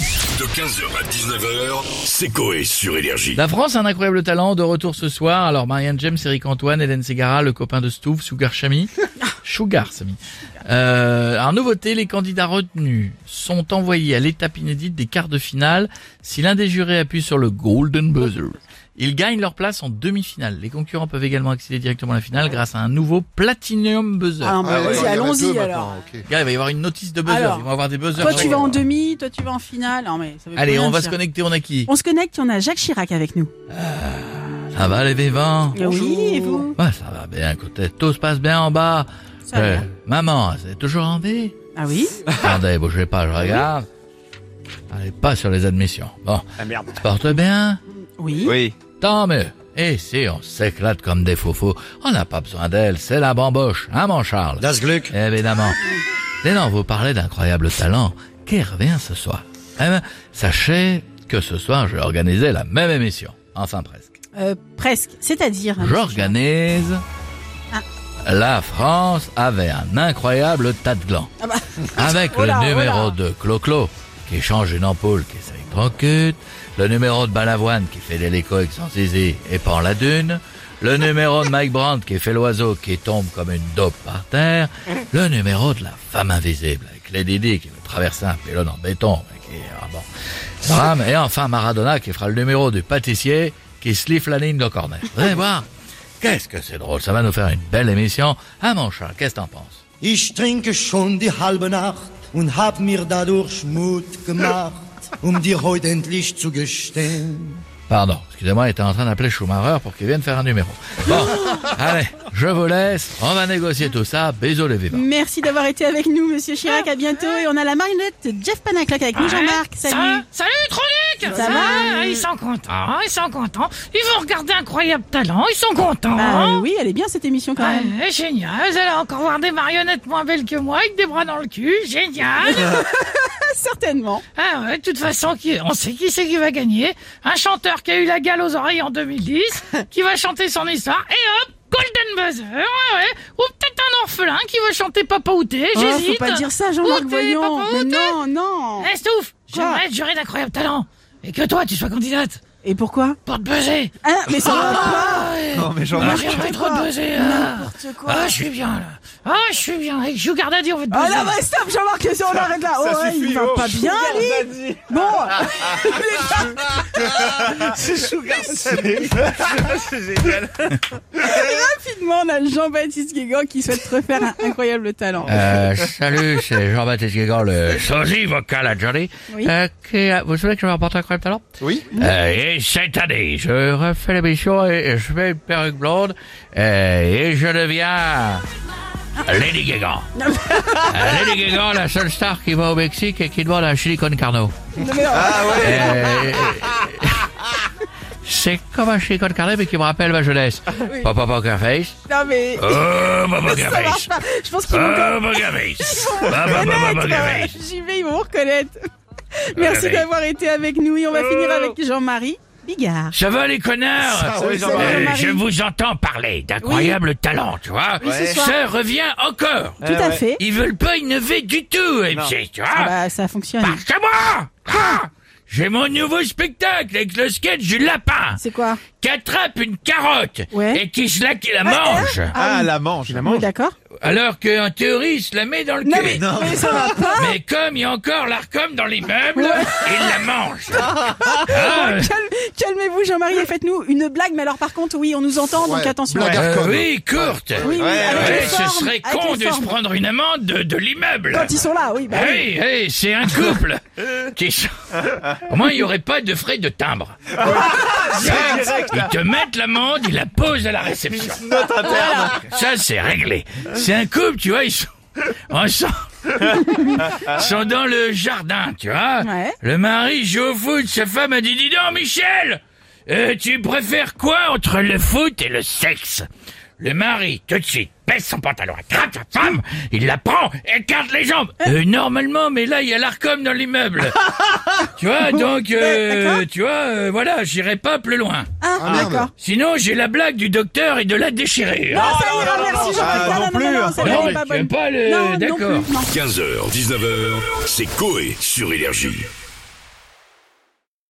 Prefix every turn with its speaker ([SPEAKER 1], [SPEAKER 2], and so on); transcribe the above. [SPEAKER 1] De 15h à 19h, c'est Coé sur Énergie.
[SPEAKER 2] La France a un incroyable talent, de retour ce soir. Alors Marianne James, Eric Antoine, Hélène Segara, le copain de Stouff, Sugar Chami. Sugar Samy. Euh, alors nouveauté, les candidats retenus sont envoyés à l'étape inédite des quarts de finale. Si l'un des jurés appuie sur le golden buzzer, ils gagnent leur place en demi-finale. Les concurrents peuvent également accéder directement à la finale grâce à un nouveau platinum buzzer.
[SPEAKER 3] Ah, bah,
[SPEAKER 4] Ah ouais,
[SPEAKER 3] vas-y,
[SPEAKER 4] il y en a deux
[SPEAKER 3] allons-y
[SPEAKER 4] maintenant,
[SPEAKER 3] alors.
[SPEAKER 4] ok.
[SPEAKER 2] Gars, il va y avoir une notice de buzzer.
[SPEAKER 3] Alors,
[SPEAKER 2] Ils vont avoir des buzzers.
[SPEAKER 3] Toi, tu vas en demi, toi, tu vas en finale. Non, mais ça veut
[SPEAKER 2] Allez,
[SPEAKER 3] plus rien
[SPEAKER 2] on va se
[SPEAKER 3] dire.
[SPEAKER 2] connecter. On a qui
[SPEAKER 3] On se connecte, on a Jacques Chirac avec nous. Eh
[SPEAKER 2] Ça va les V20
[SPEAKER 3] Oui, et vous
[SPEAKER 2] Ouais, ça va bien. Écoutez, tout se passe bien en bas.
[SPEAKER 3] Ça va
[SPEAKER 2] Euh,
[SPEAKER 3] bien.
[SPEAKER 2] maman, c'est toujours en B.
[SPEAKER 3] Ah oui
[SPEAKER 2] Attendez, bougez pas, je regarde. Allez, pas sur les admissions. Bon.
[SPEAKER 4] Ah merde.
[SPEAKER 2] se Porte bien
[SPEAKER 3] Oui.
[SPEAKER 4] Oui.
[SPEAKER 2] Tant mieux. Et si on s'éclate comme des faux-faux, on n'a pas besoin d'elle, c'est la bamboche, hein mon Charles
[SPEAKER 4] Das Gluck.
[SPEAKER 2] Évidemment. Mais non, vous parlez d'incroyable talent qui revient ce soir. Eh ben, sachez que ce soir, je vais organiser la même émission. Enfin presque.
[SPEAKER 3] Euh, presque. C'est-à-dire. hein,
[SPEAKER 2] J'organise
[SPEAKER 3] Ah.
[SPEAKER 2] la France avait un incroyable tas de glands.
[SPEAKER 3] Ah bah.
[SPEAKER 2] Avec
[SPEAKER 3] Oh là,
[SPEAKER 2] le numéro
[SPEAKER 3] oh là.
[SPEAKER 2] 2, Clo-Clo, qui change une ampoule qui s'électrocute, le numéro de Balavoine qui fait l'hélico avec son zizi et pend la dune, le numéro de Mike Brandt qui fait l'oiseau qui tombe comme une dope par terre, le numéro de la femme invisible avec Lady Di qui va traverser un pylône en béton, mais qui ah bon, drame, et enfin Maradona qui fera le numéro du pâtissier qui sliffe la ligne de corner. Vous allez voir, qu'est-ce que c'est drôle, ça va nous faire une belle émission. Ah mon chat, qu'est-ce que t'en penses
[SPEAKER 5] Ich trinke schon die halbe Nacht und hab mir dadurch Mut gemacht, um dir heute endlich zu gestehen.
[SPEAKER 2] Pardon, excusez-moi, il était en train d'appeler Schumacher pour qu'il vienne faire un numéro. Bon, allez, je vous laisse, on va négocier tout ça, bisous les vivants.
[SPEAKER 3] Merci d'avoir été avec nous, monsieur Chirac. À bientôt. Et on a la marionnette de Jeff Panaclock avec nous, Jean-Marc. Salut.
[SPEAKER 6] Hein Ça- salut Tronic Ah,
[SPEAKER 3] Ça va
[SPEAKER 6] Ils sont contents, ils sont contents. Ils vont regarder Incroyable Talent, ils sont contents.
[SPEAKER 3] Bah oui, elle est bien cette émission quand même.
[SPEAKER 6] Oh. Ouais, génial, vous allez encore voir des marionnettes moins belles que moi avec des bras dans le cul, génial.
[SPEAKER 3] Certainement.
[SPEAKER 6] ah ouais, de toute façon, qui- on sait qui c'est qui va gagner. Un chanteur qui a eu la gale aux oreilles en 2010, qui va chanter son histoire, et hop, Golden Buzzer, ouais, ouais. Ou peut-être un orphelin qui va chanter Papa Outé,
[SPEAKER 3] Oh,
[SPEAKER 6] j'hésite. Oh,
[SPEAKER 3] faut pas dire ça, Jean-Marc,
[SPEAKER 6] Outé,
[SPEAKER 3] voyons.
[SPEAKER 6] Papa
[SPEAKER 3] Mais
[SPEAKER 6] Outé.
[SPEAKER 3] non, non.
[SPEAKER 6] Eh, Stouff,
[SPEAKER 3] Quoi
[SPEAKER 6] j'aimerais être juré d'incroyable talent. Et que toi, tu sois candidate
[SPEAKER 3] Et pourquoi
[SPEAKER 6] pour te buzzer.
[SPEAKER 3] Ah, mais ça
[SPEAKER 6] Oh.
[SPEAKER 3] va pas.
[SPEAKER 6] Non mais
[SPEAKER 2] Ah,
[SPEAKER 6] Jean-Marc, j'ai envie trop de buzzer. là.
[SPEAKER 2] hein.
[SPEAKER 3] quoi.
[SPEAKER 6] Ah, je suis bien là. Ah, je suis bien. Avec Sugar Daddy, on va te
[SPEAKER 3] Ah
[SPEAKER 6] buzzer.
[SPEAKER 3] là, bah, stop, Jean-Marc, si on arrête là. oh, ouais, il va pas bien, lui. Bon. Rapidement, on a Jean-Baptiste Guégan qui souhaite refaire un incroyable talent.
[SPEAKER 2] Euh, salut, c'est Jean-Baptiste Guégan, le sosie vocal à Johnny.
[SPEAKER 3] Oui.
[SPEAKER 2] Euh, qui a- vous savez que je vais remporter un incroyable talent
[SPEAKER 4] Oui.
[SPEAKER 2] Euh, et cette année, je refais l'émission et je fais une perruque blonde euh, et je deviens Lady Guégan. Euh, Lady Guégan, la seule star qui va au Mexique et qui demande un chili con carne. Euh, C'est comme un chili con carne mais qui me rappelle ma jeunesse. Papa Pokerface.
[SPEAKER 3] Non mais
[SPEAKER 2] Oh, Papa
[SPEAKER 3] ça marche
[SPEAKER 2] Pokerface.
[SPEAKER 3] pas. Je pense qu'ils vont
[SPEAKER 2] Papa Pokerface. Papa Papa Pokerface.
[SPEAKER 3] reconnaître. J'y vais, ils vont vous reconnaître.
[SPEAKER 2] Ah,
[SPEAKER 3] Merci
[SPEAKER 2] Regardez.
[SPEAKER 3] d'avoir été avec nous et on
[SPEAKER 2] Oh.
[SPEAKER 3] va finir avec Jean-Marie Bigard.
[SPEAKER 2] Ça va les connards
[SPEAKER 4] oui,
[SPEAKER 3] Jean-Marie.
[SPEAKER 2] Euh,
[SPEAKER 3] Jean-Marie.
[SPEAKER 2] Je vous entends parler d'incroyable talent, tu vois.
[SPEAKER 3] ce soir.
[SPEAKER 2] Ça revient encore.
[SPEAKER 3] Tout à fait.
[SPEAKER 2] Ils veulent pas innover du tout, MC, tu vois.
[SPEAKER 3] Ah bah ça fonctionne.
[SPEAKER 2] Parce que moi, ah, j'ai mon nouveau spectacle avec le sketch du lapin
[SPEAKER 3] C'est quoi
[SPEAKER 2] qui attrape une carotte
[SPEAKER 3] Ouais.
[SPEAKER 2] et qui se la, qui la mange.
[SPEAKER 4] Ah, la manche. La
[SPEAKER 3] Oui, d'accord.
[SPEAKER 2] Alors qu'en théorie, il se la met dans le
[SPEAKER 3] Non
[SPEAKER 2] cul.
[SPEAKER 3] mais, mais ça va pas.
[SPEAKER 2] Mais comme il y a encore l'arcom dans l'immeuble, il la mange. Ah,
[SPEAKER 3] Calme- Calmez-vous Jean-Marie et faites-nous une blague. Mais alors par contre, oui, on nous entend, donc
[SPEAKER 4] Ouais,
[SPEAKER 3] attention.
[SPEAKER 4] blague.
[SPEAKER 2] euh,
[SPEAKER 4] Arcom.
[SPEAKER 2] oui, courte.
[SPEAKER 3] Oui, oui,
[SPEAKER 4] Ouais,
[SPEAKER 3] avec
[SPEAKER 2] Ouais,
[SPEAKER 3] les
[SPEAKER 2] ce
[SPEAKER 3] formes,
[SPEAKER 2] serait
[SPEAKER 3] avec
[SPEAKER 2] con
[SPEAKER 3] les
[SPEAKER 2] de se
[SPEAKER 3] formes.
[SPEAKER 2] prendre une amende de, de l'immeuble.
[SPEAKER 3] Quand ils sont là, oui. Bah,
[SPEAKER 2] Ah
[SPEAKER 3] oui.
[SPEAKER 2] Oui, oui, c'est un couple qui sont- Au moins, il n'y aurait pas de frais de timbre. Ça, ils te mettent l'amende, ils la posent à la réception. Ça, c'est réglé. C'est un couple, tu vois, ils sont ensemble. Ils sont dans le jardin, tu vois.
[SPEAKER 3] Ouais.
[SPEAKER 2] Le mari joue au foot, sa femme a dit, dis donc, Michel, euh, tu préfères quoi entre le foot et le sexe Le mari, tout de suite, baisse son pantalon, attrape sa femme, il la prend, écarte les jambes. Euh, normalement, mais là, il y a l'arcom dans l'immeuble. tu vois, donc, euh,
[SPEAKER 3] d'accord.
[SPEAKER 2] tu vois, euh, voilà, j'irai pas plus loin.
[SPEAKER 3] Ah, d'accord.
[SPEAKER 2] Sinon, j'ai la blague du docteur et de la déchirure.
[SPEAKER 3] Ah, ça ira, merci Jean-Marie.
[SPEAKER 4] non,
[SPEAKER 3] Non, non, non, non, non, celle-là,
[SPEAKER 2] non,
[SPEAKER 3] elle
[SPEAKER 2] mais
[SPEAKER 3] est pas
[SPEAKER 2] tu euh, aimes
[SPEAKER 3] bonne.
[SPEAKER 2] pas le-
[SPEAKER 3] Non, non
[SPEAKER 2] d'accord.
[SPEAKER 3] plus, non.
[SPEAKER 1] 15h, 19h, c'est Coé sur Énergie.